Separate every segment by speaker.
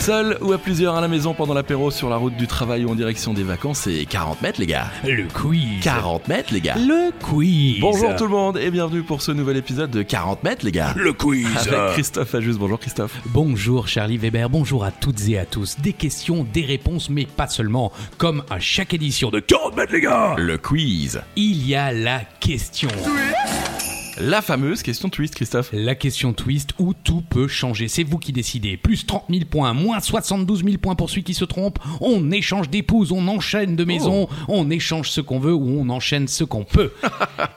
Speaker 1: Seul ou à plusieurs à la maison pendant l'apéro, sur la route du travail ou en direction des vacances, c'est 40 mètres, les gars.
Speaker 2: Le quiz.
Speaker 1: 40 mètres, les gars.
Speaker 2: Le quiz.
Speaker 1: Bonjour tout le monde et bienvenue pour ce nouvel épisode de 40 mètres, les gars.
Speaker 2: Le quiz.
Speaker 1: Avec Christophe Ajus. Bonjour Christophe.
Speaker 3: Bonjour Charlie Weber, bonjour à toutes et à tous. Des questions, des réponses, mais pas seulement. Comme à chaque édition de 40 mètres les gars,
Speaker 1: Le quiz.
Speaker 3: il y a la question.
Speaker 1: La fameuse question twist, Christophe.
Speaker 3: La question twist où tout peut changer. C'est vous qui décidez. Plus 30 000 points, moins 72 000 points pour celui qui se trompe. On échange d'épouses, on enchaîne de maisons, on échange ce qu'on veut ou on enchaîne ce qu'on peut.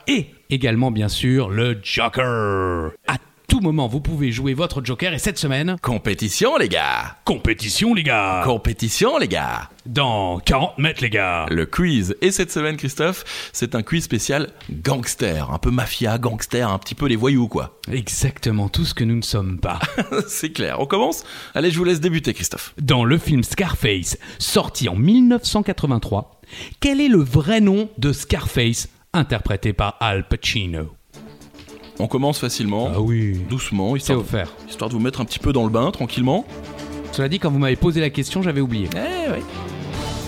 Speaker 3: et également, bien sûr, le Joker. À tout moment, vous pouvez jouer votre Joker et cette semaine,
Speaker 1: Compétition, les gars.
Speaker 3: compétition, les gars.
Speaker 1: Compétition, les gars.
Speaker 3: Dans 40 mètres, les gars.
Speaker 1: Le quiz. Et cette semaine, Christophe, c'est un quiz spécial gangster. Un peu mafia, gangster, un petit peu les voyous, quoi.
Speaker 3: Exactement tout ce que nous ne sommes pas.
Speaker 1: c'est clair. On commence Allez, je vous laisse débuter, Christophe.
Speaker 3: Dans le film Scarface, sorti en 1983, quel est le vrai nom de Scarface interprété par Al Pacino
Speaker 1: On commence facilement,
Speaker 3: oui,
Speaker 1: doucement,
Speaker 3: c'est
Speaker 1: histoire,
Speaker 3: offert.
Speaker 1: histoire de vous mettre un petit peu dans le bain, tranquillement.
Speaker 3: Cela dit, quand vous m'avez posé la question, j'avais oublié.
Speaker 1: Eh oui,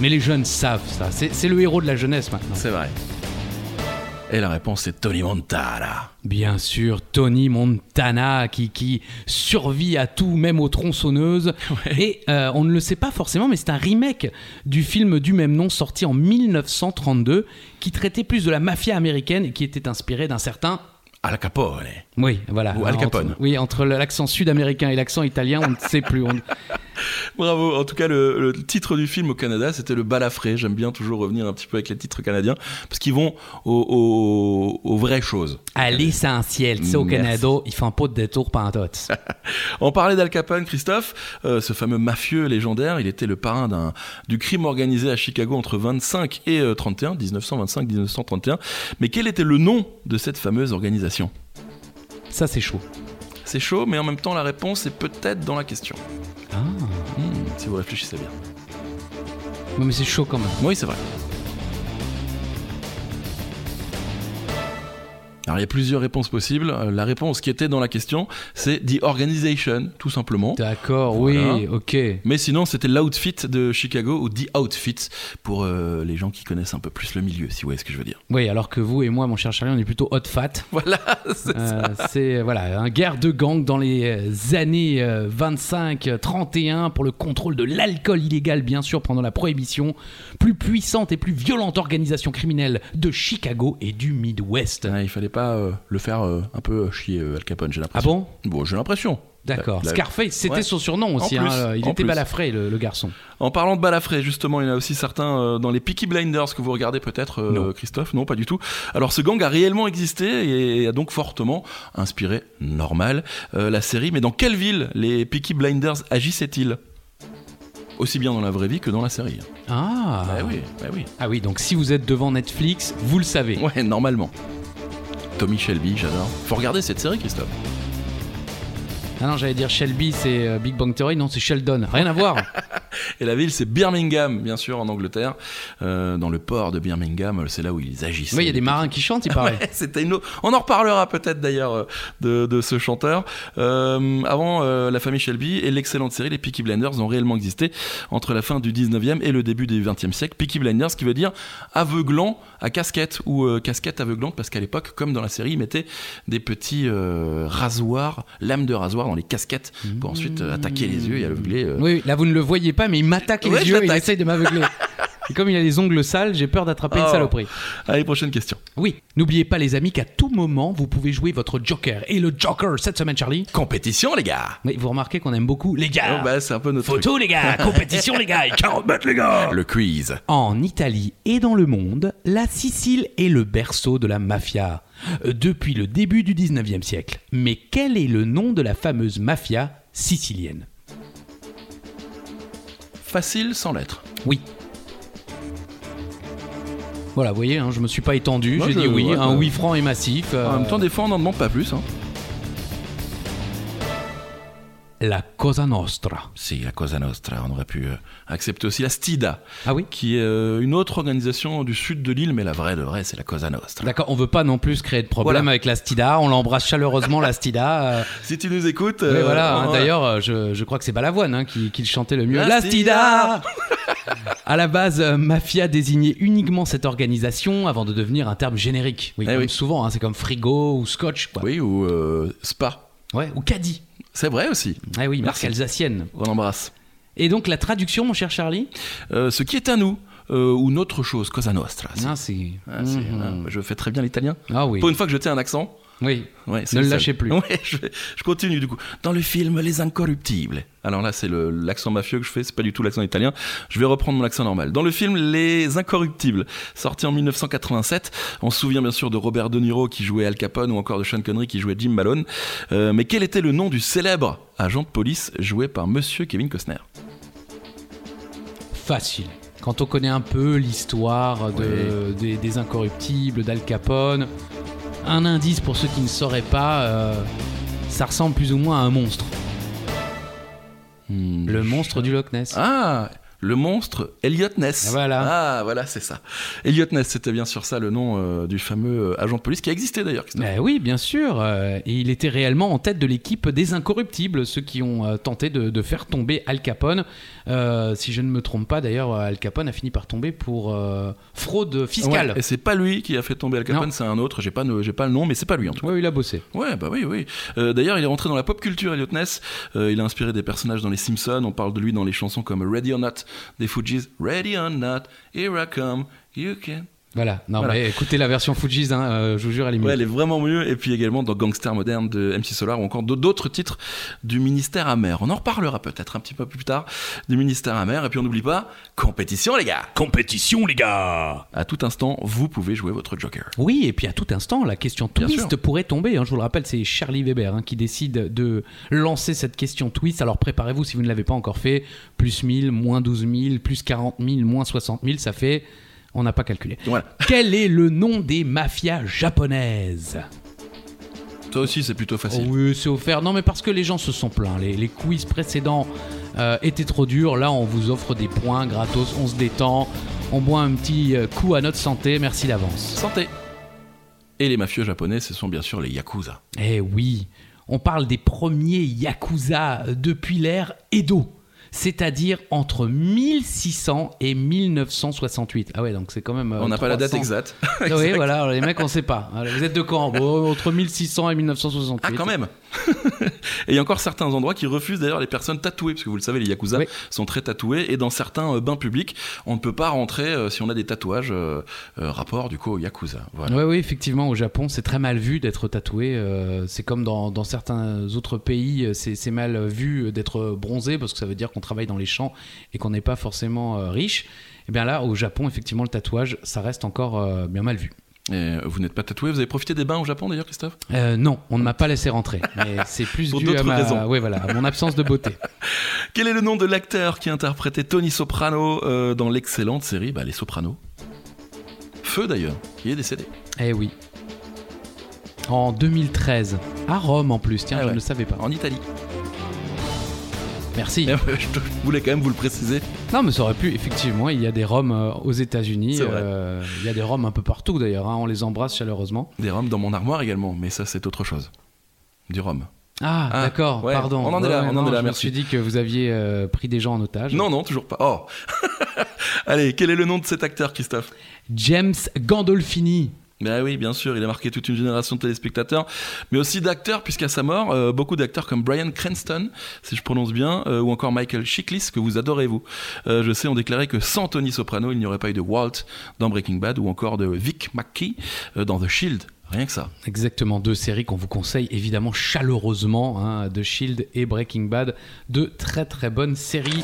Speaker 3: Mais les jeunes savent ça, c'est c'est le héros de la jeunesse maintenant.
Speaker 1: c'est vrai. Et la réponse est Tony Montana.
Speaker 3: Bien sûr, Tony Montana qui, qui survit à tout, même aux tronçonneuses. Et euh, on ne le sait pas forcément, mais c'est un remake du film du même nom sorti en 1932 qui traitait plus de la mafia américaine et qui était inspiré d'un certain.
Speaker 1: Al Capone.
Speaker 3: Oui, voilà.
Speaker 1: Ou Al
Speaker 3: Alors, entre-
Speaker 1: Capone.
Speaker 3: oui, entre l'accent sud-américain et l'accent italien, on ne sait plus. On-
Speaker 1: Bravo. En tout cas, le, le titre du film au Canada, c'était le balafré. J'aime bien toujours revenir un petit peu avec les titres canadiens, parce qu'ils vont aux, aux- aux vraies choses.
Speaker 3: À l'essentiel, tu sais, au
Speaker 1: Euh, Merci.
Speaker 3: Canada, ils font pas de détour pantoute.
Speaker 1: On parlait d'Al Capone, Christophe, euh, ce fameux mafieux légendaire. Il était le parrain d'un, du crime organisé à Chicago entre 25 et euh, 31, 1925-1931. Mais quel était le nom de cette fameuse organisation
Speaker 3: Ça, c'est chaud.
Speaker 1: C'est chaud, mais en même temps, la réponse est peut-être dans la question.
Speaker 3: Ah,
Speaker 1: Hmm, si vous réfléchissez bien.
Speaker 3: Ouais, mais c'est chaud quand même.
Speaker 1: Oui, c'est vrai. Alors, il y a plusieurs réponses possibles. Euh, La réponse qui était dans la question, c'est The Organization, tout simplement.
Speaker 3: D'accord, oui,
Speaker 1: Voilà.
Speaker 3: ok.
Speaker 1: Mais sinon, c'était l'outfit de Chicago ou The Outfit pour euh, les gens qui connaissent un peu plus le milieu, si vous voyez ce que je veux dire.
Speaker 3: Oui, alors que vous et moi, mon cher Charlie, on est plutôt hot fat.
Speaker 1: Voilà, c'est
Speaker 3: Euh, c'est euh, voilà un guerre de gang dans les euh, années 25-31 pour le contrôle de l'alcool illégal bien sûr pendant la prohibition plus puissante et plus violente organisation criminelle de Chicago et du Midwest
Speaker 1: Ouais, il fallait pas euh, le faire euh, un peu chier euh, Al Capone, j'ai
Speaker 3: ah
Speaker 1: l'impression.
Speaker 3: bon
Speaker 1: bon, j'ai l'impression.
Speaker 3: d'accord
Speaker 1: La- la-
Speaker 3: Scarface c'était
Speaker 1: Ouais.
Speaker 3: son surnom aussi
Speaker 1: En
Speaker 3: hein,
Speaker 1: plus,
Speaker 3: euh, il
Speaker 1: en
Speaker 3: était
Speaker 1: plus.
Speaker 3: balafré le, le garçon
Speaker 1: En parlant de balafré, justement, il y en a aussi certains euh, dans les Peaky Blinders que vous regardez peut-être, euh,
Speaker 3: Non.
Speaker 1: Christophe. Non, pas du tout. Alors, ce gang a réellement existé et a donc fortement inspiré, normal, euh, la série. Mais dans quelle ville les Peaky Blinders agissaient-ils Aussi bien dans la vraie vie que dans la série.
Speaker 3: ah
Speaker 1: Bah oui, bah oui.
Speaker 3: ah oui donc si vous êtes devant Netflix vous le savez
Speaker 1: Ouais, normalement. Tommy Shelby, j'adore. Faut regarder cette série, Christophe.
Speaker 3: ah non j'allais dire Shelby c'est euh, Big Bang Theory non c'est Sheldon rien à voir
Speaker 1: Et la ville, c'est Birmingham, bien sûr, en Angleterre. Euh, dans le port de Birmingham, c'est là où ils agissaient.
Speaker 3: mais il y a des marins qui chantent il paraît
Speaker 1: Ouais, c'était une autre- On en reparlera peut-être d'ailleurs euh, de, de ce chanteur. Euh, avant, euh, la famille Shelby et l'excellente série Les Peaky Blinders ont réellement existé entre la fin du 19e et le début du 20e siècle. Peaky Blinders qui veut dire aveuglant à casquette ou euh, casquette aveuglante parce qu'à l'époque, comme dans la série, ils mettaient des petits euh, rasoirs, lames de rasoir dans les casquettes pour ensuite euh, attaquer les yeux et aveugler. euh.
Speaker 3: Oui, oui, là vous ne le voyez pas, mais il m'attaque les
Speaker 1: Ouais, je
Speaker 3: yeux et il
Speaker 1: l'attaque.
Speaker 3: essaye de m'aveugler. et comme il a les ongles sales, j'ai peur d'attraper une
Speaker 1: Oh.
Speaker 3: saloperie.
Speaker 1: Allez, prochaine question.
Speaker 3: Oui, n'oubliez pas les amis qu'à tout moment, vous pouvez jouer votre Joker. Et le Joker cette semaine, Charlie
Speaker 1: Compétition, les gars
Speaker 3: Oui, vous remarquez qu'on aime beaucoup les gars.
Speaker 1: Oh, bah, C'est un peu notre
Speaker 3: Photo les gars, compétition les gars, et 40 mètres, les gars
Speaker 1: truc. Le quiz.
Speaker 3: En Italie et dans le monde, la Sicile est le berceau de la mafia. euh, Depuis le début du 19e siècle. Mais quel est le nom de la fameuse mafia sicilienne
Speaker 1: Facile sans lettres.
Speaker 3: Oui. Voilà, vous voyez, hein, je me suis pas étendu,
Speaker 1: Moi,
Speaker 3: j'ai
Speaker 1: je-
Speaker 3: dit oui,
Speaker 1: ouais,
Speaker 3: un
Speaker 1: ouais.
Speaker 3: oui franc et massif. euh,
Speaker 1: En même temps, des fois, on n'en demande pas plus. hein.
Speaker 3: la Cosa Nostra.
Speaker 1: Si, la Cosa Nostra, on aurait pu euh, accepter aussi la Stida,
Speaker 3: Ah oui
Speaker 1: qui est euh, une autre organisation du sud de l'île, mais la vraie de vraie, c'est la Cosa Nostra.
Speaker 3: D'accord, on veut pas non plus créer de problème
Speaker 1: Voilà.
Speaker 3: avec la Stida. On l'embrasse chaleureusement, la Stida. euh,
Speaker 1: Si tu nous écoutes,
Speaker 3: Oui,
Speaker 1: euh,
Speaker 3: voilà.
Speaker 1: on-
Speaker 3: hein, D'ailleurs, euh, je, je crois que c'est Balavoine hein, qui, qui le chantait le mieux.
Speaker 1: La
Speaker 3: La Stida À la base, euh, mafia désignait uniquement cette organisation avant de devenir un terme générique. Oui,
Speaker 1: Eh
Speaker 3: comme
Speaker 1: oui.
Speaker 3: souvent, hein, c'est comme frigo ou scotch, quoi.
Speaker 1: Oui, ou euh, Spa.
Speaker 3: Ouais, ou caddie.
Speaker 1: C'est vrai aussi.
Speaker 3: Ah oui, marque
Speaker 1: Merci.
Speaker 3: alsacienne.
Speaker 1: On embrasse.
Speaker 3: Et donc, la traduction, mon cher Charlie
Speaker 1: Euh, ce qui est à nous, euh, ou notre chose, Cosa Nostra. si.
Speaker 3: Ah, c'est.
Speaker 1: Ah, c'est-
Speaker 3: Mhm.
Speaker 1: ah, je fais très bien l'italien.
Speaker 3: Ah oui.
Speaker 1: Pour une fois que je tiens un accent.
Speaker 3: Oui.
Speaker 1: Ouais, c'est
Speaker 3: Ne le
Speaker 1: seul.
Speaker 3: lâchez plus.
Speaker 1: Ouais, je, vais- je continue du coup. Dans le film Les Incorruptibles. Alors là, c'est le- l'accent mafieux que je fais, c'est pas du tout l'accent italien. Je vais reprendre mon accent normal. Dans le film Les Incorruptibles, sorti en 1987, on se souvient bien sûr de Robert De Niro qui jouait Al Capone ou encore de Sean Connery qui jouait Jim Malone. Euh, mais quel était le nom du célèbre agent de police joué par Monsieur Kevin Costner
Speaker 3: Facile. Quand on connaît un peu l'histoire de- des, des incorruptibles, d'Al Capone, un indice pour ceux qui ne sauraient pas, euh, ça ressemble plus ou moins à un monstre. Le monstre du Loch Ness.
Speaker 1: Ah le monstre Elliot Ness.
Speaker 3: Voilà.
Speaker 1: Ah, voilà, c'est ça. Elliot Ness, c'était bien sûr ça le nom euh, du fameux euh, agent de police qui a existé d'ailleurs. Christophe.
Speaker 3: Ben oui, bien sûr. euh, et il était réellement en tête de l'équipe des incorruptibles, ceux qui ont euh, tenté de, de faire tomber Al Capone. Euh, si je ne me trompe pas, d'ailleurs, euh, Al Capone a fini par tomber pour euh, fraude fiscale.
Speaker 1: Ouais, et c'est pas lui qui a fait tomber Al Capone,
Speaker 3: Non.
Speaker 1: c'est un autre. J'ai pas, le- j'ai pas le nom, mais c'est pas lui en tout cas.
Speaker 3: Ouais, il a bossé.
Speaker 1: Ouais, bah oui, oui. Euh, D'ailleurs, il est rentré dans la pop culture, Elliot Ness. Euh, il a inspiré des personnages dans Les Simpsons. On parle de lui dans les chansons comme Ready or Not des Fugees. Ready or Not, here I come, you can.
Speaker 3: Voilà. Non,
Speaker 1: Voilà.
Speaker 3: mais écoutez la version Fujis, hein, euh, je vous jure, elle est mieux.
Speaker 1: Ouais, elle est vraiment mieux. Et puis également dans Gangster Moderne de MC Solar ou encore d- d'autres titres du Ministère Amer. On en reparlera peut-être un petit peu plus tard du Ministère Amer. Et puis on n'oublie pas, compétition les gars
Speaker 2: Compétition, les gars
Speaker 1: À tout instant, vous pouvez jouer votre Joker.
Speaker 3: Oui, et puis à tout instant, la question
Speaker 1: Bien
Speaker 3: twist
Speaker 1: sûr.
Speaker 3: pourrait tomber. hein. Je vous le rappelle, c'est Charlie Weber hein, qui décide de lancer cette question twist. Alors préparez-vous si vous ne l'avez pas encore fait. Plus 1000, moins 12 000, plus 40 000, moins 60 000, ça fait... On n'a pas calculé.
Speaker 1: Voilà.
Speaker 3: Quel est le nom des mafias japonaises
Speaker 1: Toi aussi, c'est plutôt
Speaker 3: Oh
Speaker 1: facile.
Speaker 3: Oui, c'est offert. Non, mais parce que les gens se sont plaints. Les, les quiz précédents euh, étaient trop durs. Là, on vous offre des points gratos. On se détend. On boit un petit euh, coup à notre santé. Merci d'avance.
Speaker 1: Santé Et les mafieux japonais, ce sont bien sûr les Yakuza.
Speaker 3: Eh oui, on parle des premiers Yakuza depuis l'ère Edo, c'est-à-dire entre 1600 et 1968. Ah ouais, donc c'est quand même... euh,
Speaker 1: On n'a pas la date
Speaker 3: 300.
Speaker 1: exacte.
Speaker 3: Ah Oui, voilà, alors les mecs, on sait pas. Alors, Vous êtes de quand Bon, Entre 1600 et 1968.
Speaker 1: Ah, quand même Et il y a encore certains endroits qui refusent d'ailleurs les personnes tatouées, parce que vous le savez, les Yakuza
Speaker 3: Oui.
Speaker 1: sont très tatoués, et dans certains euh, bains publics, on ne peut pas rentrer euh, si on a des tatouages euh, euh, rapport du coup aux Yakuza. Voilà.
Speaker 3: Oui, oui, effectivement, au Japon, c'est très mal vu d'être tatoué. euh, c'est comme dans, dans certains autres pays, euh, c'est c'est mal vu d'être bronzé parce que ça veut dire qu'on travaille dans les champs et qu'on n'est pas forcément euh, riche. Et bien là, au Japon, effectivement, le tatouage, ça reste encore euh, bien mal vu.
Speaker 1: Et euh, vous n'êtes pas tatoué, vous avez profité des bains au Japon d'ailleurs, Christophe
Speaker 3: Euh, non, on ne m'a pas laissé rentrer. Mais c'est plus
Speaker 1: Pour
Speaker 3: dû à,
Speaker 1: d'autres
Speaker 3: ma...
Speaker 1: raisons.
Speaker 3: ouais, voilà, à mon absence de beauté.
Speaker 1: Quel est le nom de l'acteur qui interprétait Tony Soprano euh, dans l'excellente série bah, Les Sopranos Feu d'ailleurs, qui est décédé.
Speaker 3: Eh oui. En 2013, à Rome en plus, tiens,
Speaker 1: Ah
Speaker 3: je
Speaker 1: ouais.
Speaker 3: ne le savais pas.
Speaker 1: En Italie.
Speaker 3: Merci.
Speaker 1: Et, euh, Je voulais quand même vous le préciser.
Speaker 3: Non, mais ça aurait pu, effectivement, il y a des Roms euh, aux États-Unis,
Speaker 1: C'est vrai.
Speaker 3: euh, il y a des Roms un peu partout d'ailleurs, hein, on les embrasse chaleureusement.
Speaker 1: Des rhums dans mon armoire également, mais ça c'est autre chose. Du rhum.
Speaker 3: Ah,
Speaker 1: Ah,
Speaker 3: d'accord,
Speaker 1: ouais,
Speaker 3: pardon.
Speaker 1: on en est là,
Speaker 3: Ouais,
Speaker 1: on en
Speaker 3: non,
Speaker 1: est là,
Speaker 3: je
Speaker 1: merci.
Speaker 3: me suis dit que vous aviez euh, pris des gens en otage.
Speaker 1: Non, non, toujours pas. Oh Allez, quel est le nom de cet acteur, Christophe
Speaker 3: James Gandolfini.
Speaker 1: Ben oui, bien sûr, il a marqué toute une génération de téléspectateurs, mais aussi d'acteurs, puisqu'à sa mort, euh, beaucoup d'acteurs comme Brian Cranston, si je prononce bien, euh, ou encore Michael Chiklis, que vous adorez, vous. Euh, je sais, on déclarait que sans Tony Soprano, il n'y aurait pas eu de Walt dans Breaking Bad, ou encore de Vic McKee euh, dans The Shield. Rien que ça.
Speaker 3: Exactement, deux séries qu'on vous conseille évidemment chaleureusement, hein, The Shield et Breaking Bad, deux très très bonnes séries.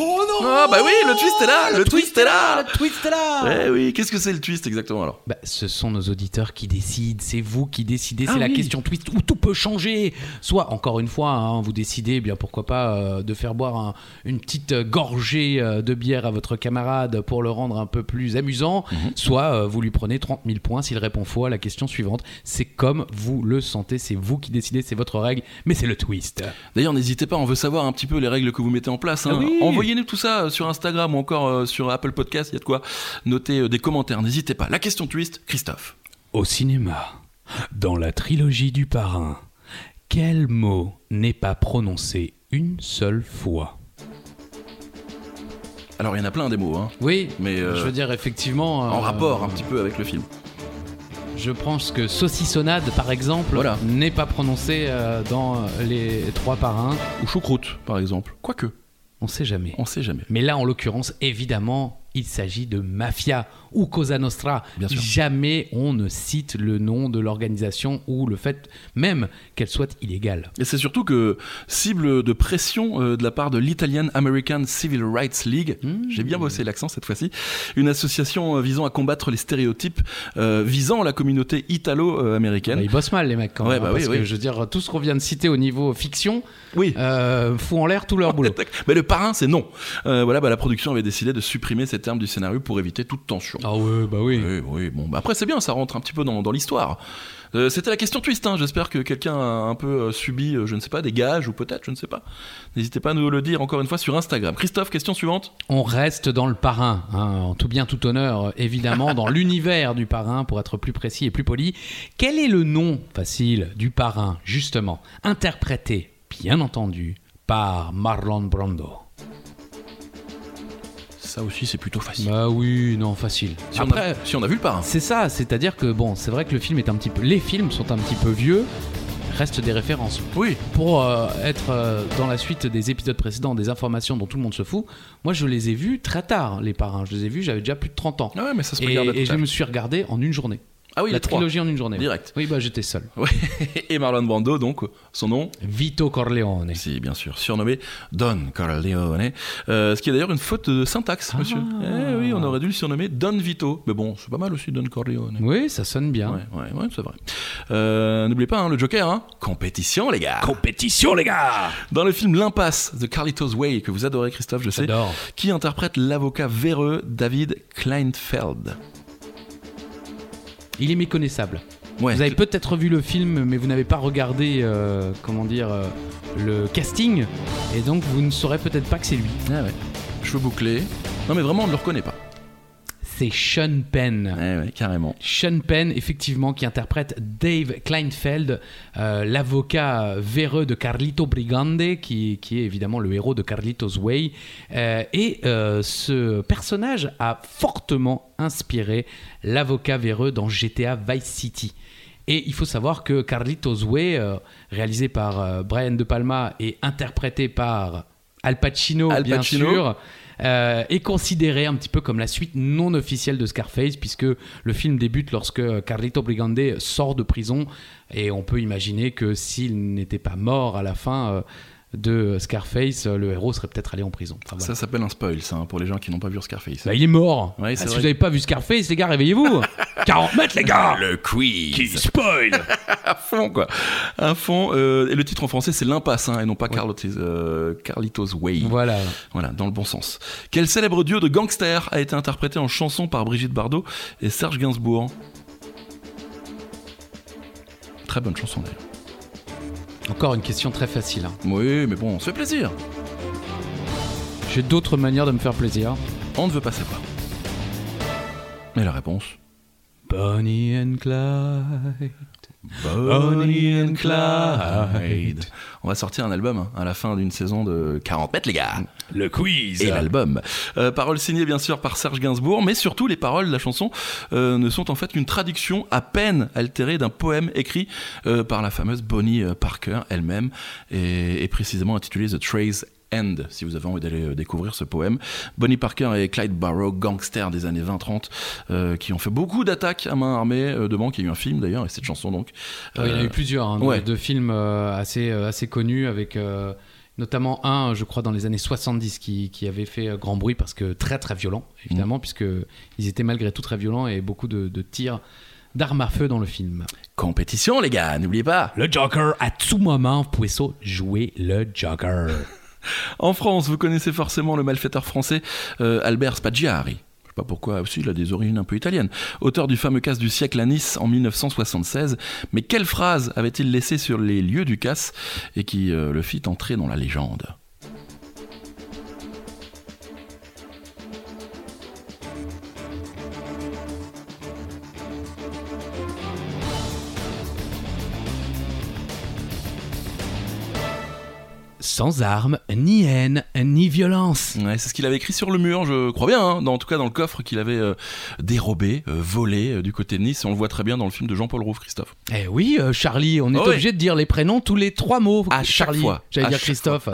Speaker 3: Oh non
Speaker 1: Ah bah oui, le twist est là, le, twist, est là.
Speaker 3: Le twist est là
Speaker 1: Eh oui, qu'est-ce que c'est le twist exactement alors
Speaker 3: Bah, ce sont nos auditeurs qui décident, c'est vous qui décidez, c'est
Speaker 1: Ah
Speaker 3: la
Speaker 1: oui.
Speaker 3: question twist où tout peut changer. Soit, encore une fois, hein, vous décidez, eh bien pourquoi pas, euh, de faire boire un- une petite euh, gorgée euh, de bière à votre camarade pour le rendre un peu plus amusant. Soit euh, vous lui prenez 30 000 points s'il répond faux à la question suivante. C'est comme vous le sentez, c'est vous qui décidez, c'est votre règle, mais c'est le twist.
Speaker 1: D'ailleurs, n'hésitez pas, on veut savoir un petit peu les règles que vous mettez en place. hein.
Speaker 3: Ah oui.
Speaker 1: Envoyez-nous tout ça euh, sur Instagram ou encore euh, sur Apple Podcast, il y a de quoi noter euh, des commentaires, n'hésitez pas. La question twist, Christophe.
Speaker 3: Au cinéma, dans la trilogie du parrain, quel mot n'est pas prononcé une seule fois
Speaker 1: Alors, il y en a plein des mots, hein,
Speaker 3: Oui,
Speaker 1: mais euh,
Speaker 3: je veux dire effectivement.
Speaker 1: en
Speaker 3: euh,
Speaker 1: rapport un petit peu avec le film.
Speaker 3: Je pense que saucissonnade, par exemple,
Speaker 1: Voilà.
Speaker 3: n'est pas prononcée euh, dans les trois parrains.
Speaker 1: Ou choucroute, par exemple. Quoique,
Speaker 3: On sait jamais.
Speaker 1: on sait jamais.
Speaker 3: Mais là, en l'occurrence, évidemment, il s'agit de mafia ou Cosa Nostra.
Speaker 1: Bien sûr.
Speaker 3: Jamais on ne cite le nom de l'organisation ou le fait même qu'elle soit illégale.
Speaker 1: Et c'est surtout que cible de pression euh, de la part de l'Italian American Civil Rights League,
Speaker 3: Mmh.
Speaker 1: j'ai bien bossé l'accent cette fois-ci, une association euh, visant à combattre les stéréotypes euh, visant la communauté euh,
Speaker 3: Bah,
Speaker 1: italo-américaine.
Speaker 3: ils bossent mal les mecs quand
Speaker 1: Ouais,
Speaker 3: même,
Speaker 1: bah
Speaker 3: hein,
Speaker 1: oui,
Speaker 3: parce
Speaker 1: oui.
Speaker 3: que je veux dire tout ce qu'on vient de citer au niveau fiction
Speaker 1: oui.
Speaker 3: euh, fout en l'air tout
Speaker 1: Ah,
Speaker 3: leur boulot.
Speaker 1: Tac. Mais le parrain, c'est non. Euh, voilà, bah, la production avait décidé de supprimer ces termes du scénario pour éviter toute tension.
Speaker 3: Ah ouais, bah oui.
Speaker 1: Oui, oui, bon, bah, après c'est bien, ça rentre un petit peu dans, dans l'histoire. Euh, C'était la question twist, hein. j'espère que quelqu'un a un peu euh, subi, euh, je ne sais pas, des gages ou peut-être, je ne sais pas. N'hésitez pas à nous le dire encore une fois sur Instagram. Christophe, question suivante
Speaker 3: On reste dans le parrain, hein, en tout bien tout honneur, euh, évidemment, dans l'univers du parrain, pour être plus précis et plus poli. Quel est le nom facile du parrain, justement, interprété, bien entendu, par Marlon Brando
Speaker 1: Ça aussi, c'est plutôt facile.
Speaker 3: Bah oui, non, facile.
Speaker 1: Si,
Speaker 3: Après,
Speaker 1: on a, si on a vu le parrain.
Speaker 3: c'est ça, c'est-à-dire que bon, c'est vrai que le film est un petit peu, les films sont un petit peu vieux, restent des références.
Speaker 1: Oui,
Speaker 3: pour euh, être euh, dans la suite des épisodes précédents, des informations dont tout le monde se fout, moi je les ai vus très tard, les parrains. Je les ai vus, j'avais déjà plus de 30 ans.
Speaker 1: ah ouais, mais ça se
Speaker 3: Et,
Speaker 1: regarde à tout
Speaker 3: et je
Speaker 1: âge.
Speaker 3: me suis regardé en une journée.
Speaker 1: Ah oui,
Speaker 3: la
Speaker 1: les trois.
Speaker 3: trilogie en une journée.
Speaker 1: Direct.
Speaker 3: Oui, bah j'étais seul.
Speaker 1: Ouais. Et Marlon Brando, donc, son nom
Speaker 3: Vito Corleone.
Speaker 1: Si, bien sûr, surnommé Don Corleone. Euh, ce qui est d'ailleurs une faute de syntaxe,
Speaker 3: Ah.
Speaker 1: monsieur. Eh oui, on aurait dû le surnommer Don Vito. Mais bon, c'est pas mal aussi, Don Corleone.
Speaker 3: Oui, ça sonne bien.
Speaker 1: Ouais, ouais, ouais, c'est vrai. Euh, N'oubliez pas, hein, le Joker, hein. compétition, les gars.
Speaker 2: Compétition, les gars
Speaker 1: Dans le film L'Impasse, The Carlitos Way, que vous adorez, Christophe, je sais,
Speaker 3: J'adore.
Speaker 1: qui interprète l'avocat véreux David Kleinfeld.
Speaker 3: Il est méconnaissable.
Speaker 1: Ouais,
Speaker 3: Vous avez peut-être vu le film, mais vous n'avez pas regardé, euh, comment dire, euh, le casting, et donc vous ne saurez peut-être pas que c'est lui.
Speaker 1: Ah ouais. cheveux bouclés. Non, mais vraiment, on ne le reconnaît pas.
Speaker 3: C'est Sean Penn.
Speaker 1: Ouais, ouais, carrément.
Speaker 3: Sean Penn, effectivement, qui interprète Dave Kleinfeld, euh, l'avocat véreux de Carlito Brigande, qui, qui est évidemment le héros de Carlitos Way. Euh, et euh, ce personnage a fortement inspiré l'avocat véreux dans GTA Vice City. Et il faut savoir que Carlitos Way, euh, réalisé par euh, Brian De Palma et interprété par Al Pacino,
Speaker 1: Al
Speaker 3: bien
Speaker 1: Pacino.
Speaker 3: sûr, euh, est considéré un petit peu comme la suite non officielle de Scarface, puisque le film débute lorsque euh, Carlito Brigande sort de prison, et on peut imaginer que s'il n'était pas mort à la fin euh, de Scarface, euh, le héros serait peut-être allé en prison. Enfin, voilà.
Speaker 1: Ça s'appelle un spoil, ça, hein, pour les gens qui n'ont pas vu Scarface.
Speaker 3: Bah, il est mort.
Speaker 1: Ouais,
Speaker 3: Ah,
Speaker 1: c'est
Speaker 3: si
Speaker 1: vrai.
Speaker 3: vous n'avez pas vu Scarface, les gars, réveillez-vous. 40 mètres, les gars.
Speaker 2: Le quiz Qui spoil
Speaker 1: à fond quoi à fond euh, et le titre en français c'est l'impasse hein, et non pas
Speaker 3: Ouais.
Speaker 1: Carlotis- euh, Carlitos Way
Speaker 3: Voilà.
Speaker 1: voilà dans le bon sens quel célèbre duo de gangsters a été interprété en chanson par Brigitte Bardot et Serge Gainsbourg très bonne chanson d'ailleurs
Speaker 3: Encore une question très facile. hein.
Speaker 1: oui mais bon on se fait plaisir
Speaker 3: J'ai d'autres manières de me faire plaisir.
Speaker 1: on ne veut pas savoir mais la réponse
Speaker 3: Bonnie and Clyde.
Speaker 1: Bonnie and Clyde on va sortir un album hein, à la fin d'une saison de 40 mètres les gars
Speaker 2: Le quiz
Speaker 1: et l'album. Euh, paroles signées bien sûr par Serge Gainsbourg, mais surtout les paroles de la chanson euh, ne sont en fait qu'une traduction à peine altérée d'un poème écrit euh, par la fameuse Bonnie euh, Parker elle-même et, et précisément intitulé The Trace End, si vous avez envie d'aller euh, découvrir ce poème. Bonnie Parker et Clyde Barrow, gangsters des années 20-30, euh, qui ont fait beaucoup d'attaques à main armée euh, devant, qui a eu un film d'ailleurs, et cette chanson donc.
Speaker 3: Ah il y en a
Speaker 1: Euh,
Speaker 3: eu plusieurs, hein, de-
Speaker 1: ouais.
Speaker 3: de, films euh, assez, euh, assez connus avec. euh, notamment un, je crois, dans les années 70 qui, qui avait fait euh, grand bruit parce que très très violent, évidemment, puisque ils étaient malgré tout très violents et beaucoup de, de tirs d'armes à feu dans le film.
Speaker 1: Compétition, les gars, n'oubliez pas.
Speaker 3: Le Joker, à tout moment, vous pouvez so- jouer le Joker.
Speaker 1: En France, vous connaissez forcément le malfaiteur français euh, Albert Spaggiari. Je sais Pas pourquoi aussi, il a des origines un peu italiennes. Auteur du fameux casse du siècle à Nice en 1976. Mais quelle phrase avait-il laissée sur les lieux du casse et qui euh, le fit entrer dans la légende
Speaker 3: Sans armes, ni haine, ni violence.
Speaker 1: Ouais, c'est ce qu'il avait écrit sur le mur, je crois bien, hein, dans, en tout cas dans le coffre qu'il avait euh, dérobé, euh, volé euh, du côté de Nice, et on le voit très bien dans le film de Jean-Paul Rouve, Christophe.
Speaker 3: Eh oui, euh, Charlie, on est
Speaker 1: Oh oui.
Speaker 3: obligé de dire les prénoms tous les trois mots.
Speaker 1: À chaque
Speaker 3: Charlie,
Speaker 1: fois.
Speaker 3: J'allais
Speaker 1: À
Speaker 3: dire
Speaker 1: chaque
Speaker 3: Christophe.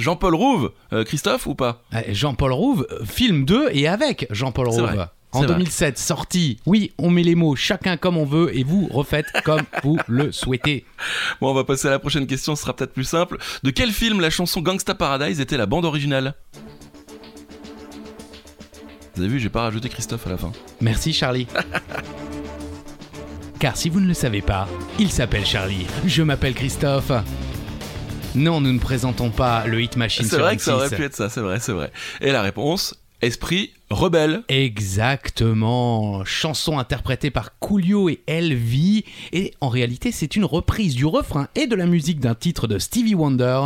Speaker 1: Jean-Paul Rouve, euh, Christophe ou pas
Speaker 3: Eh, Jean-Paul Rouve, euh, film 2 et avec Jean-Paul
Speaker 1: C'est
Speaker 3: Rouve.
Speaker 1: vrai,
Speaker 3: En
Speaker 1: c'est vrai.
Speaker 3: 2007, sorti. Oui, on met les mots chacun comme on veut et vous refaites comme vous le souhaitez.
Speaker 1: Bon, on va passer à la prochaine question, ce sera peut-être plus simple. De quel film la chanson Gangsta Paradise était la bande originale Vous avez vu, j'ai pas rajouté Christophe à la fin.
Speaker 3: Merci Charlie. Car si vous ne le savez pas, il s'appelle Charlie. Je m'appelle Christophe. Non, nous ne présentons pas le Hit Machine.
Speaker 1: C'est vrai que ça
Speaker 3: 46.
Speaker 1: aurait pu être ça, c'est vrai, c'est vrai. Et la réponse Esprit rebelle.
Speaker 3: Exactement, chanson interprétée par Coolio et Elvie, et en réalité c'est une reprise du refrain et de la musique d'un titre de Stevie Wonder,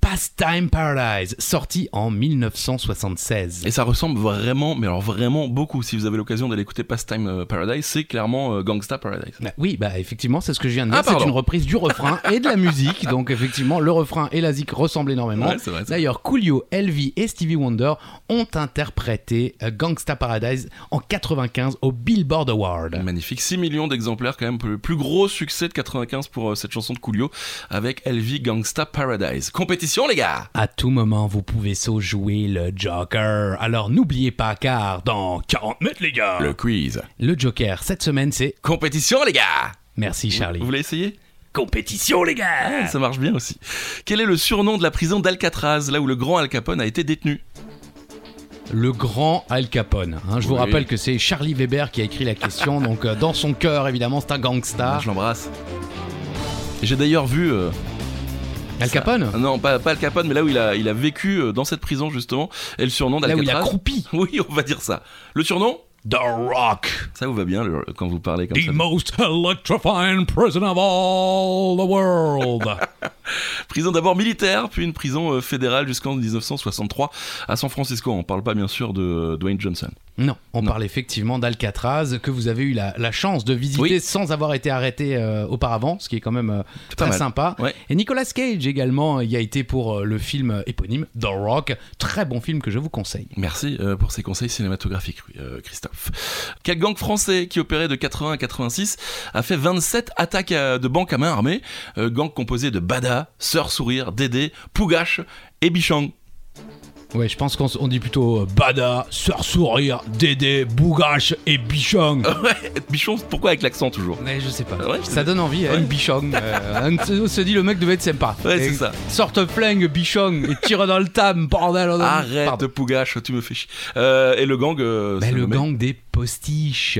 Speaker 3: Pastime Paradise, sorti en 1976.
Speaker 1: Et ça ressemble vraiment, mais alors vraiment beaucoup. Si vous avez l'occasion d'aller écouter Pastime euh, Paradise, c'est clairement euh, Gangsta Paradise.
Speaker 3: Bah oui, bah effectivement, c'est ce que je viens de
Speaker 1: Ah,
Speaker 3: dire. c'est
Speaker 1: pardon.
Speaker 3: une reprise du refrain et de la musique. Donc effectivement, le refrain et la zik ressemblent énormément.
Speaker 1: Ouais, c'est vrai, c'est
Speaker 3: D'ailleurs, Coolio, Elvie et Stevie Wonder ont interprété euh, Gangsta Paradise en 95 au Billboard Award.
Speaker 1: Magnifique, 6 millions d'exemplaires quand même, le plus gros succès de 95 pour euh, cette chanson de Coolio avec LV Gangsta Paradise. Compétition les gars
Speaker 3: À tout moment, vous pouvez so jouer le Joker. Alors n'oubliez pas, car dans 40 minutes, les gars,
Speaker 1: Le quiz.
Speaker 3: le Joker cette semaine, c'est
Speaker 1: Compétition les gars
Speaker 3: merci Charlie. Ah.
Speaker 1: Vous voulez essayer Ah,
Speaker 2: Compétition, les gars
Speaker 1: Ça marche bien aussi. Quel est le surnom de la prison d'Alcatraz, là où le grand Al Capone a été détenu
Speaker 3: Le grand Al Capone. hein. je vous
Speaker 1: Oui.
Speaker 3: rappelle que c'est Charlie Weber qui a écrit la question. donc euh, dans son cœur, évidemment, c'est un gangsta.
Speaker 1: Je l'embrasse. J'ai d'ailleurs vu... euh,
Speaker 3: Al Capone.
Speaker 1: ah non, pas, pas Al Capone, mais là où il a, il a vécu euh, dans cette prison justement, et le surnom
Speaker 3: Là où il a
Speaker 1: d'Alcatraz...
Speaker 3: croupi.
Speaker 1: Oui, on va dire ça. Le surnom
Speaker 2: The Rock,
Speaker 1: Ça vous va bien le- quand vous parlez comme
Speaker 2: the
Speaker 1: ça.
Speaker 2: most electrifying prison of all the world.
Speaker 1: Prison d'abord militaire, puis une prison euh, fédérale jusqu'en 1963 à San Francisco. On parle pas bien sûr de euh, Dwayne Johnson.
Speaker 3: Non, on
Speaker 1: Non.
Speaker 3: parle effectivement d'Alcatraz, que vous avez eu la, la chance de visiter
Speaker 1: Oui.
Speaker 3: sans avoir été arrêté euh, auparavant, ce qui est quand même euh,
Speaker 1: pas
Speaker 3: très
Speaker 1: mal.
Speaker 3: sympa.
Speaker 1: Ouais.
Speaker 3: Et Nicolas Cage également y a été pour euh, le film éponyme The Rock, très bon film que je vous conseille.
Speaker 1: Merci euh, pour ces conseils cinématographiques, oui, euh, Christophe. Quel gang français qui opérait de 80 à 86 a fait 27 attaques à- de banques à main armée Euh, Gang composé de Bada, Sœur Sourire, Dédé, Pougache et Bichang.
Speaker 3: Ouais, je pense qu'on s- on dit plutôt euh,
Speaker 2: Bada, Sœur Sourire, Dédé, Bougache et Bichon.
Speaker 1: Ouais, Bichon, pourquoi avec l'accent toujours
Speaker 3: Ouais, Euh, je sais pas.
Speaker 1: Ouais, je sais
Speaker 3: ça donne envie, hein,
Speaker 1: Ouais.
Speaker 3: Bichong. Euh, on se- on se dit, le mec devait être sympa.
Speaker 1: Ouais,
Speaker 3: Et
Speaker 1: c'est ça.
Speaker 3: Sorte flingue, Bichong, et tire dans le tam, bordel. on a-
Speaker 1: Arrête,
Speaker 3: euh, Pardon.
Speaker 1: Pougache, tu me fais chier. Euh, et le gang, euh,
Speaker 3: Bah,
Speaker 1: se
Speaker 3: le
Speaker 1: nommait-
Speaker 3: gang des postiches.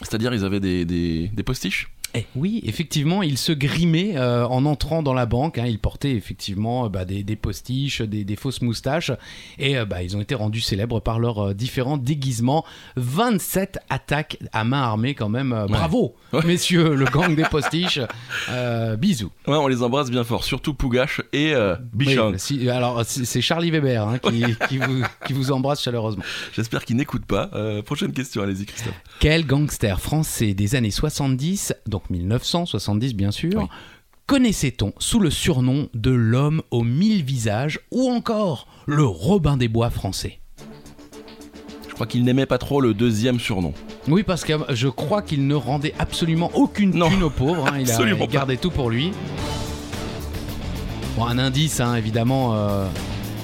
Speaker 1: c'est-à-dire ils avaient des, des, des postiches
Speaker 3: Eh oui, effectivement, il se grimait euh, en entrant dans la banque. hein. il portait effectivement euh, bah, des, des postiches, des, des fausses moustaches. Et euh, bah, ils ont été rendus célèbres par leurs euh, différents déguisements. 27 attaques à main armée quand même. Euh, Bravo,
Speaker 1: Ouais.
Speaker 3: messieurs, le gang des postiches. Euh, bisous.
Speaker 1: Ouais, on les embrasse bien fort, surtout Pougache et euh, Bichon.
Speaker 3: Oui, si- alors, c'est c'est Charlie Weber hein, qui, qui vous, qui vous embrasse chaleureusement.
Speaker 1: J'espère qu'ils n'écoutent pas. Euh, prochaine question, allez-y Christophe.
Speaker 3: Quel gangster français des années 70, donc 1970 bien sûr,
Speaker 1: Oui.
Speaker 3: connaissait-on sous le surnom de l'homme aux mille visages ou encore le Robin des Bois français
Speaker 1: Je crois qu'ils n'aimaient pas trop le deuxième surnom.
Speaker 3: Oui, parce que je crois qu'il ne rendait absolument aucune
Speaker 1: Non.
Speaker 3: thune aux pauvres. hein. Il a
Speaker 1: Absolument
Speaker 3: il gardait tout pour lui. Bon, un indice, hein, évidemment, euh,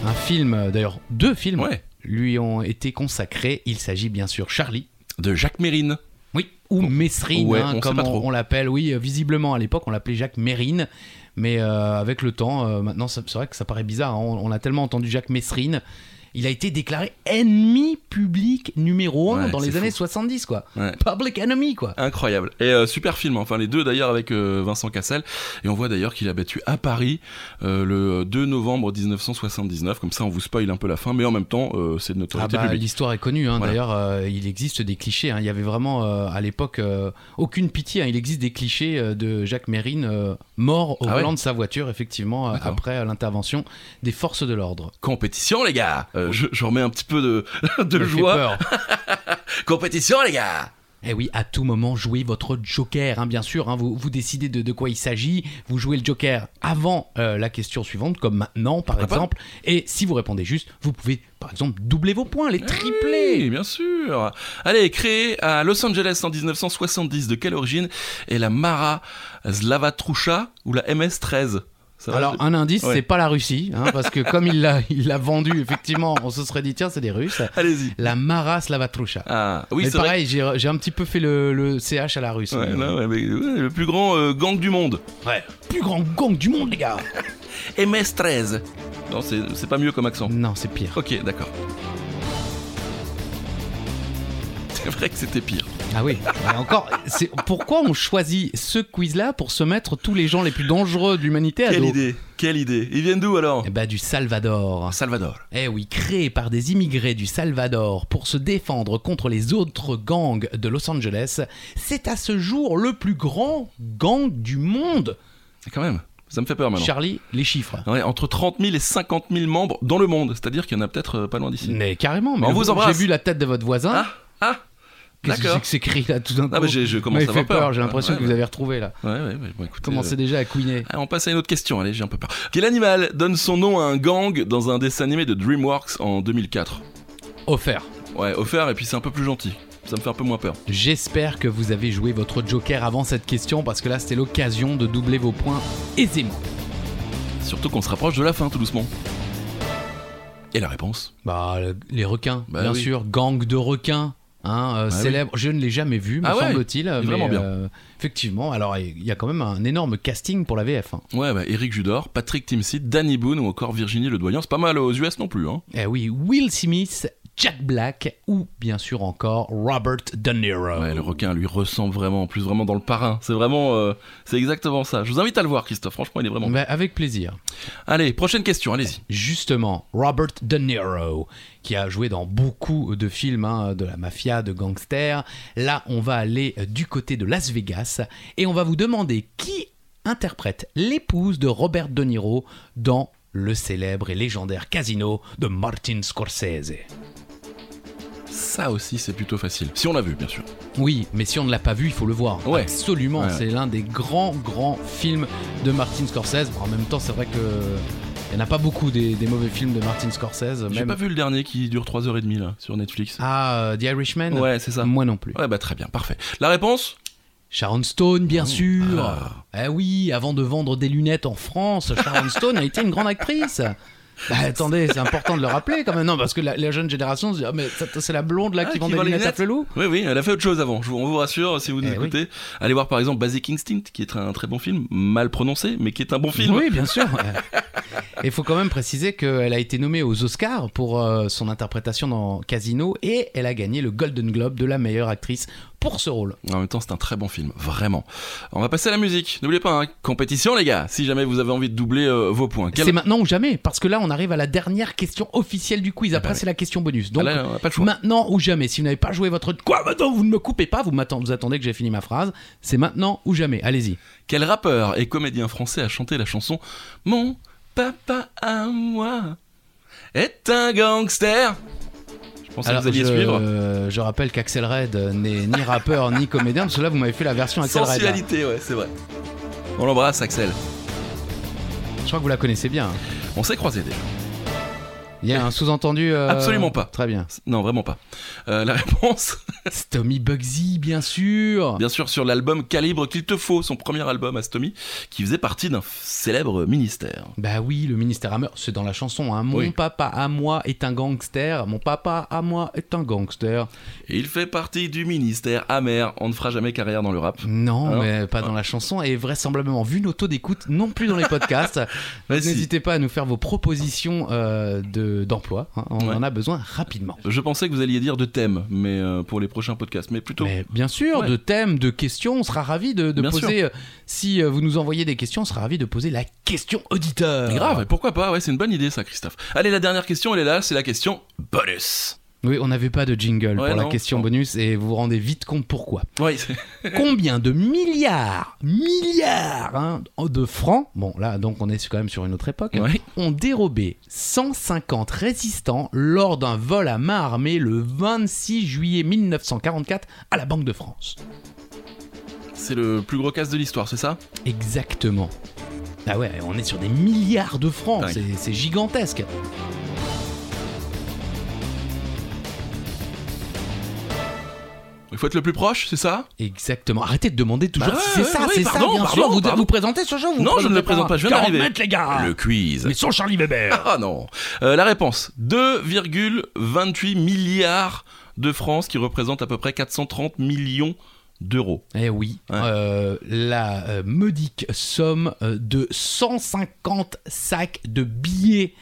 Speaker 3: un film, euh, d'ailleurs deux films,
Speaker 1: Ouais.
Speaker 3: lui ont été consacrés. Il s'agit bien sûr Charlie
Speaker 1: De Jacques Mérine.
Speaker 3: Oui, ou Messrine,
Speaker 1: Ouais,
Speaker 3: hein,
Speaker 1: on sait
Speaker 3: comme
Speaker 1: pas
Speaker 3: on,
Speaker 1: trop.
Speaker 3: on l'appelle. Oui, euh, visiblement à l'époque, on l'appelait Jacques Mérine. Mais euh, avec le temps, euh, maintenant, ça- c'est vrai que ça paraît bizarre. hein, on, on a tellement entendu Jacques Messrine. Il a été déclaré ennemi public numéro 1
Speaker 1: Ouais,
Speaker 3: dans
Speaker 1: c'est
Speaker 3: les années
Speaker 1: fou.
Speaker 3: 70, quoi.
Speaker 1: Ouais.
Speaker 3: Public enemy, quoi.
Speaker 1: Incroyable. Et euh, super film, enfin les deux d'ailleurs avec euh, Vincent Cassel. Et on voit d'ailleurs qu'il a battu à Paris euh, le 2 novembre 1979. Comme ça, on vous spoil un peu la fin, mais en même temps, euh, c'est de
Speaker 3: Ah
Speaker 1: notoriété
Speaker 3: bah,
Speaker 1: publique.
Speaker 3: l'histoire est connue. hein.
Speaker 1: Voilà.
Speaker 3: D'ailleurs, euh, il existe des clichés. hein. Il y avait vraiment euh, à l'époque euh, aucune pitié. hein. Il existe des clichés euh, de Jacques Mérine euh, mort
Speaker 1: Ah
Speaker 3: au
Speaker 1: ouais
Speaker 3: volant de sa voiture, effectivement, euh,
Speaker 1: D'accord.
Speaker 3: après euh, l'intervention des forces de l'ordre.
Speaker 1: Compétition, les gars Euh, je, je remets un petit peu de, de
Speaker 3: Ça fait
Speaker 1: joie.
Speaker 3: peur.
Speaker 1: Compétition, les gars
Speaker 3: Eh oui, à tout moment, jouez votre joker, hein, bien sûr. hein. vous, vous décidez de, de quoi il s'agit. Vous jouez le joker avant euh, la question suivante, comme maintenant, par
Speaker 1: Ah bon
Speaker 3: exemple. Et si vous répondez juste, vous pouvez, par exemple, doubler vos points, les tripler.
Speaker 1: Ah Oui, bien sûr Allez, créé à Los Angeles en 1970, de quelle origine est la Mara Slavatrusha ou la MS-13 Ça va,
Speaker 3: Alors
Speaker 1: je-
Speaker 3: un indice,
Speaker 1: Ouais.
Speaker 3: c'est pas la Russie, hein, parce que comme il l'a, il l'a vendu, effectivement, on se serait dit tiens c'est des Russes.
Speaker 1: Allez-y
Speaker 3: La Mara Slavatrusha.
Speaker 1: ah, oui,
Speaker 3: Mais
Speaker 1: c'est vrai.
Speaker 3: pareil, j'ai, j'ai un petit peu fait le, le CH à la russe.
Speaker 1: Ouais,
Speaker 3: Mais-
Speaker 1: non, ouais, mais, ouais, le plus grand euh, gang du monde.
Speaker 3: Ouais. Plus grand gang du monde les gars.
Speaker 1: MS-13. Non, c'est c'est pas mieux comme accent.
Speaker 3: non c'est pire.
Speaker 1: Ok, d'accord. C'est vrai que c'était pire.
Speaker 3: Ah oui. Ouais, encore. C'est pourquoi on choisit ce quiz là pour se mettre tous les gens les plus dangereux de l'humanité à
Speaker 1: Quelle
Speaker 3: dos.
Speaker 1: idée Quelle idée Ils viennent d'où alors
Speaker 3: Eh ben, du Salvador.
Speaker 1: Salvador.
Speaker 3: Eh oui, créé par des immigrés du Salvador pour se défendre contre les autres gangs de Los Angeles, c'est à ce jour le plus grand gang du monde.
Speaker 1: Ah, Quand même, ça me fait peur maintenant.
Speaker 3: Charlie, les chiffres.
Speaker 1: Ouais, entre 30 000 et 50 000 membres dans le monde, c'est-à-dire qu'il y en a peut-être euh, pas loin d'ici.
Speaker 3: Mais carrément, mais
Speaker 1: On vous embrasse.
Speaker 3: j'ai vu la tête de votre voisin.
Speaker 1: Ah, ah
Speaker 3: Qu'est-ce que
Speaker 1: d'accord.
Speaker 3: c'est que ces cris là tout d'un coup
Speaker 1: Ah, mais j'ai- je
Speaker 3: Moi,
Speaker 1: commence
Speaker 3: il
Speaker 1: à
Speaker 3: fait
Speaker 1: avoir
Speaker 3: peur,
Speaker 1: peur.
Speaker 3: j'ai l'impression
Speaker 1: Ouais,
Speaker 3: que vous avez retrouvé là.
Speaker 1: Ouais, ouais, ouais, bon, écoutez,
Speaker 3: Commencez
Speaker 1: euh,
Speaker 3: déjà à couiner.
Speaker 1: Allez, on passe à une autre question, allez, j'ai un peu peur. Quel animal donne son nom à un gang dans un dessin animé de DreamWorks en 2004
Speaker 3: Offert.
Speaker 1: Ouais, offert, et puis c'est un peu plus gentil. Ça me fait un peu moins peur.
Speaker 3: J'espère que vous avez joué votre joker avant cette question parce que là c'était l'occasion de doubler vos points aisément.
Speaker 1: Surtout qu'on se rapproche de la fin, tout doucement. Et la réponse
Speaker 3: Bah, le- les requins,
Speaker 1: Bah
Speaker 3: bien
Speaker 1: oui.
Speaker 3: sûr, gang de requins. Hein, euh,
Speaker 1: Bah oui.
Speaker 3: célèbre, je ne l'ai jamais vu, me
Speaker 1: Ah ouais,
Speaker 3: semble-t-il. mais,
Speaker 1: vraiment bien.
Speaker 3: euh, effectivement, alors il y a quand même un énorme casting pour la VF. hein.
Speaker 1: Ouais, bah, Eric Judor, Patrick Timsit, Danny Boone ou encore Virginie Le Doyen. C'est pas mal aux US non plus, hein.
Speaker 3: Eh oui, Will Smith, Jack Black ou bien sûr encore Robert De Niro.
Speaker 1: Ouais, le requin lui ressemble vraiment, en plus vraiment dans le parrain. C'est vraiment, euh, c'est exactement ça. Je vous invite à le voir, Christophe. Franchement, il est vraiment.
Speaker 3: Bah, avec plaisir.
Speaker 1: Allez, prochaine question. Allez-y.
Speaker 3: Justement, Robert De Niro, qui a joué dans beaucoup de films hein, de la mafia, de gangsters. Là, on va aller euh, du côté de Las Vegas et on va vous demander qui interprète l'épouse de Robert De Niro dans le célèbre et légendaire casino de Martin Scorsese.
Speaker 1: Ça aussi, c'est plutôt facile. Si on l'a vu, bien sûr.
Speaker 3: Oui, mais si on ne l'a pas vu, il faut le voir.
Speaker 1: Ouais.
Speaker 3: Absolument,
Speaker 1: Ouais, ouais.
Speaker 3: c'est l'un des grands, grands films de Martin Scorsese. Bon, en même temps, c'est vrai que... Il n'y en a pas beaucoup des, des mauvais films de Martin Scorsese.
Speaker 1: J'ai
Speaker 3: même-
Speaker 1: pas vu le dernier qui dure 3h30 là sur Netflix.
Speaker 3: Ah, euh, The Irishman
Speaker 1: ouais, c'est ça.
Speaker 3: Moi non plus.
Speaker 1: Ouais, bah très bien, parfait. La réponse
Speaker 3: Sharon Stone, bien sûr.
Speaker 1: Ah.
Speaker 3: Ah oui, avant de vendre des lunettes en France, Sharon Stone a été une grande actrice. Bah, attendez, c'est important de le rappeler quand même. Non, parce que la, la jeune génération se dit Ah, mais ça, c'est la blonde là
Speaker 1: Ah,
Speaker 3: qui,
Speaker 1: qui
Speaker 3: vend des
Speaker 1: vend les
Speaker 3: lunettes à
Speaker 1: lunettes
Speaker 3: Flelou
Speaker 1: Oui, oui, elle a fait autre chose avant. Je vous, on vous rassure, si vous nous
Speaker 3: Eh oui.
Speaker 1: écoutez, allez voir par exemple Basic Instinct, qui est un très bon film, mal prononcé, mais qui est un bon film.
Speaker 3: Oui, bien sûr. Et il faut quand même préciser qu'elle a été nommée aux Oscars pour euh, son interprétation dans Casino et elle a gagné le Golden Globe de la meilleure actrice pour ce rôle.
Speaker 1: En même temps, c'est un très bon film, vraiment. On va passer à la musique. N'oubliez pas, hein, compétition, les gars, si jamais vous avez envie de doubler euh, vos points. Quel-
Speaker 3: C'est maintenant ou jamais, parce que là on arrive à la dernière question officielle du quiz. Après,
Speaker 1: bah oui.
Speaker 3: c'est la question bonus.
Speaker 1: Ah
Speaker 3: Donc,
Speaker 1: là, on a pas le choix.
Speaker 3: Maintenant ou jamais. Si vous n'avez pas joué votre. Quoi Maintenant, vous ne me coupez pas, vous, m'attendez, vous attendez que j'ai fini ma phrase. C'est maintenant ou jamais. Allez-y.
Speaker 1: Quel rappeur et comédien français a chanté la chanson Mon papa à moi est un gangster Je pensais que vous alliez
Speaker 3: je,
Speaker 1: suivre.
Speaker 3: euh, je rappelle qu'Axel Red n'est ni rappeur ni comédien, parce que là, vous m'avez fait la version Axel Red. Ah, là.
Speaker 1: Sensualité, ouais, c'est vrai. On l'embrasse, Axel.
Speaker 3: Je crois que vous la connaissez bien.
Speaker 1: On s'est croisés déjà.
Speaker 4: Il y a un sous-entendu. euh,
Speaker 1: Absolument pas.
Speaker 4: Très bien.
Speaker 1: Non, vraiment pas. Euh, la réponse,
Speaker 4: Stomy Bugsy, bien
Speaker 3: Ah.
Speaker 4: sûr.
Speaker 1: bien sûr, sur l'album Calibre qu'il te faut, son premier album à Stomy, qui faisait partie d'un f- célèbre ministère.
Speaker 3: Bah oui, le ministère Hammer, c'est dans la chanson. hein. Mon
Speaker 1: Oui.
Speaker 3: papa à moi est un gangster. Mon papa à moi est un gangster.
Speaker 1: Il fait partie du ministère amer. On ne fera jamais carrière dans le rap.
Speaker 3: Non,
Speaker 1: Alors
Speaker 3: mais pas dans la chanson et vraisemblablement vu nos taux d'écoute, non plus dans les podcasts.
Speaker 1: Mais si.
Speaker 3: N'hésitez pas à nous faire vos propositions euh, de- d'emploi. hein. On
Speaker 1: Ouais.
Speaker 3: en a besoin rapidement.
Speaker 1: Je pensais que vous alliez dire de thème, mais euh, pour les prochains podcasts, mais plutôt.
Speaker 3: Mais bien sûr,
Speaker 1: Ouais.
Speaker 3: de thèmes, de questions, on sera ravis de, de
Speaker 1: Bien
Speaker 3: poser. euh, Si euh, vous nous envoyez des questions, on sera ravis de poser la question auditeur.
Speaker 1: Mais grave, et pourquoi pas Ouais, c'est une bonne idée ça, Christophe. Allez, la dernière question, elle est là, c'est la question bonus.
Speaker 3: Oui, on n'avait pas de jingle
Speaker 1: Ouais,
Speaker 3: pour la
Speaker 1: non,
Speaker 3: question
Speaker 1: non.
Speaker 3: bonus et vous vous rendez vite compte pourquoi.
Speaker 1: Ouais, c'est-
Speaker 3: Combien de milliards, milliards hein, de francs, bon là donc on est quand même sur une autre époque, hein.
Speaker 1: Ouais.
Speaker 3: ont dérobé 150 résistants lors d'un vol à main armée le 26 juillet 1944 à la Banque de France.
Speaker 1: c'est le plus gros casse de l'histoire, c'est ça
Speaker 3: Exactement. Ah ouais, on est sur des milliards de francs,
Speaker 1: Dingue.
Speaker 3: c'est- c'est gigantesque.
Speaker 1: Il faut être le plus proche, c'est ça
Speaker 3: Exactement. Arrêtez de demander toujours
Speaker 1: Bah
Speaker 3: si
Speaker 1: ouais,
Speaker 3: c'est ça,
Speaker 1: ouais,
Speaker 3: c'est
Speaker 1: pardon,
Speaker 3: ça, bien
Speaker 1: pardon,
Speaker 3: sûr. Vous,
Speaker 1: pardon.
Speaker 3: vous présentez ce jeu, vous
Speaker 1: Non, je ne le présente pas, je viens d'arriver.
Speaker 3: mètres, les gars
Speaker 1: Le quiz.
Speaker 3: Ah. Mais sans Charlie Weber
Speaker 1: Ah non Euh, La réponse 2,28 milliards de francs, ce qui représente à peu près 430 millions d'euros.
Speaker 3: Eh oui,
Speaker 1: Ouais.
Speaker 3: euh, la euh, modique somme euh, de 150 sacs de billets,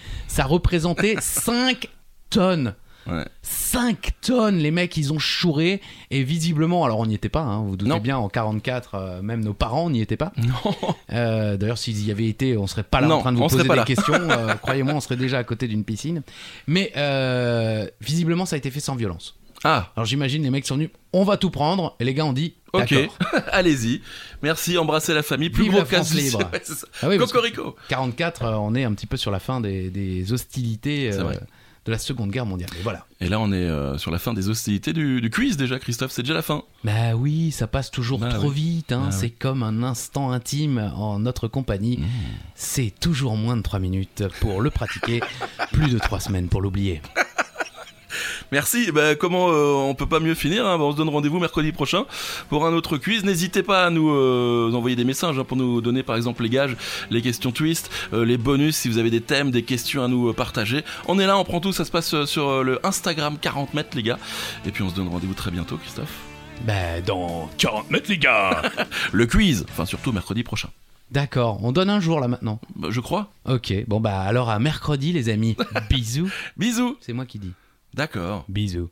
Speaker 3: ça représentait 5 tonnes.
Speaker 1: Ouais.
Speaker 3: 5 tonnes, les mecs, ils ont chouré. Et visiblement, alors on n'y était pas, hein, vous vous doutez
Speaker 1: Non.
Speaker 3: bien, en 44, euh, même nos parents n'y étaient pas.
Speaker 1: Non
Speaker 3: Euh, D'ailleurs, s'ils y avaient été, on serait pas là
Speaker 1: Non,
Speaker 3: en train de vous
Speaker 1: on serait
Speaker 3: poser
Speaker 1: pas
Speaker 3: des
Speaker 1: là.
Speaker 3: questions. Euh, Croyez-moi, on serait déjà à côté d'une piscine. Mais euh, visiblement, ça a été fait sans violence.
Speaker 1: Ah
Speaker 3: Alors j'imagine, les mecs sont venus, on va tout prendre. Et les gars ont dit,
Speaker 1: Ok,
Speaker 3: d'accord.
Speaker 1: allez-y. Merci, embrassez la famille. Plus
Speaker 3: Vive
Speaker 1: gros
Speaker 3: la France
Speaker 1: casse de
Speaker 3: libre.
Speaker 1: Ouais, c'est ça.
Speaker 3: Ah oui, parce que
Speaker 1: Cocorico
Speaker 3: 44, euh, on est un petit peu sur la fin des, des hostilités
Speaker 1: C'est
Speaker 3: euh,
Speaker 1: vrai.
Speaker 3: de la Seconde Guerre mondiale. Mais voilà.
Speaker 1: Et là, on est euh, sur la fin des hostilités du, du quiz déjà, Christophe. C'est déjà la fin.
Speaker 3: Bah oui, ça passe toujours
Speaker 1: Bah
Speaker 3: trop
Speaker 1: oui.
Speaker 3: vite. hein.
Speaker 1: Bah
Speaker 3: c'est comme un instant intime en notre compagnie. C'est toujours moins de 3 minutes pour le pratiquer, plus de 3 semaines pour l'oublier.
Speaker 1: Merci. Bah, comment euh, on peut pas mieux finir hein Bah, On se donne rendez-vous mercredi prochain pour un autre quiz. N'hésitez pas à nous euh, envoyer des messages hein, pour nous donner par exemple les gages, les questions twist, euh, les bonus si vous avez des thèmes, des questions à nous euh, partager. On est là, on prend tout. Ça se passe euh, sur euh, le Instagram 40 mètres, les gars. Et puis on se donne rendez-vous très bientôt, Christophe.
Speaker 3: Bah dans
Speaker 2: 40 mètres, les gars
Speaker 1: Le quiz, enfin surtout mercredi prochain.
Speaker 3: D'accord, on donne un jour là maintenant.
Speaker 1: Bah, je crois.
Speaker 3: Ok, bon bah alors à mercredi les amis. Bisous.
Speaker 1: Bisous.
Speaker 3: C'est moi qui dis.
Speaker 1: D'accord.
Speaker 3: Bisous.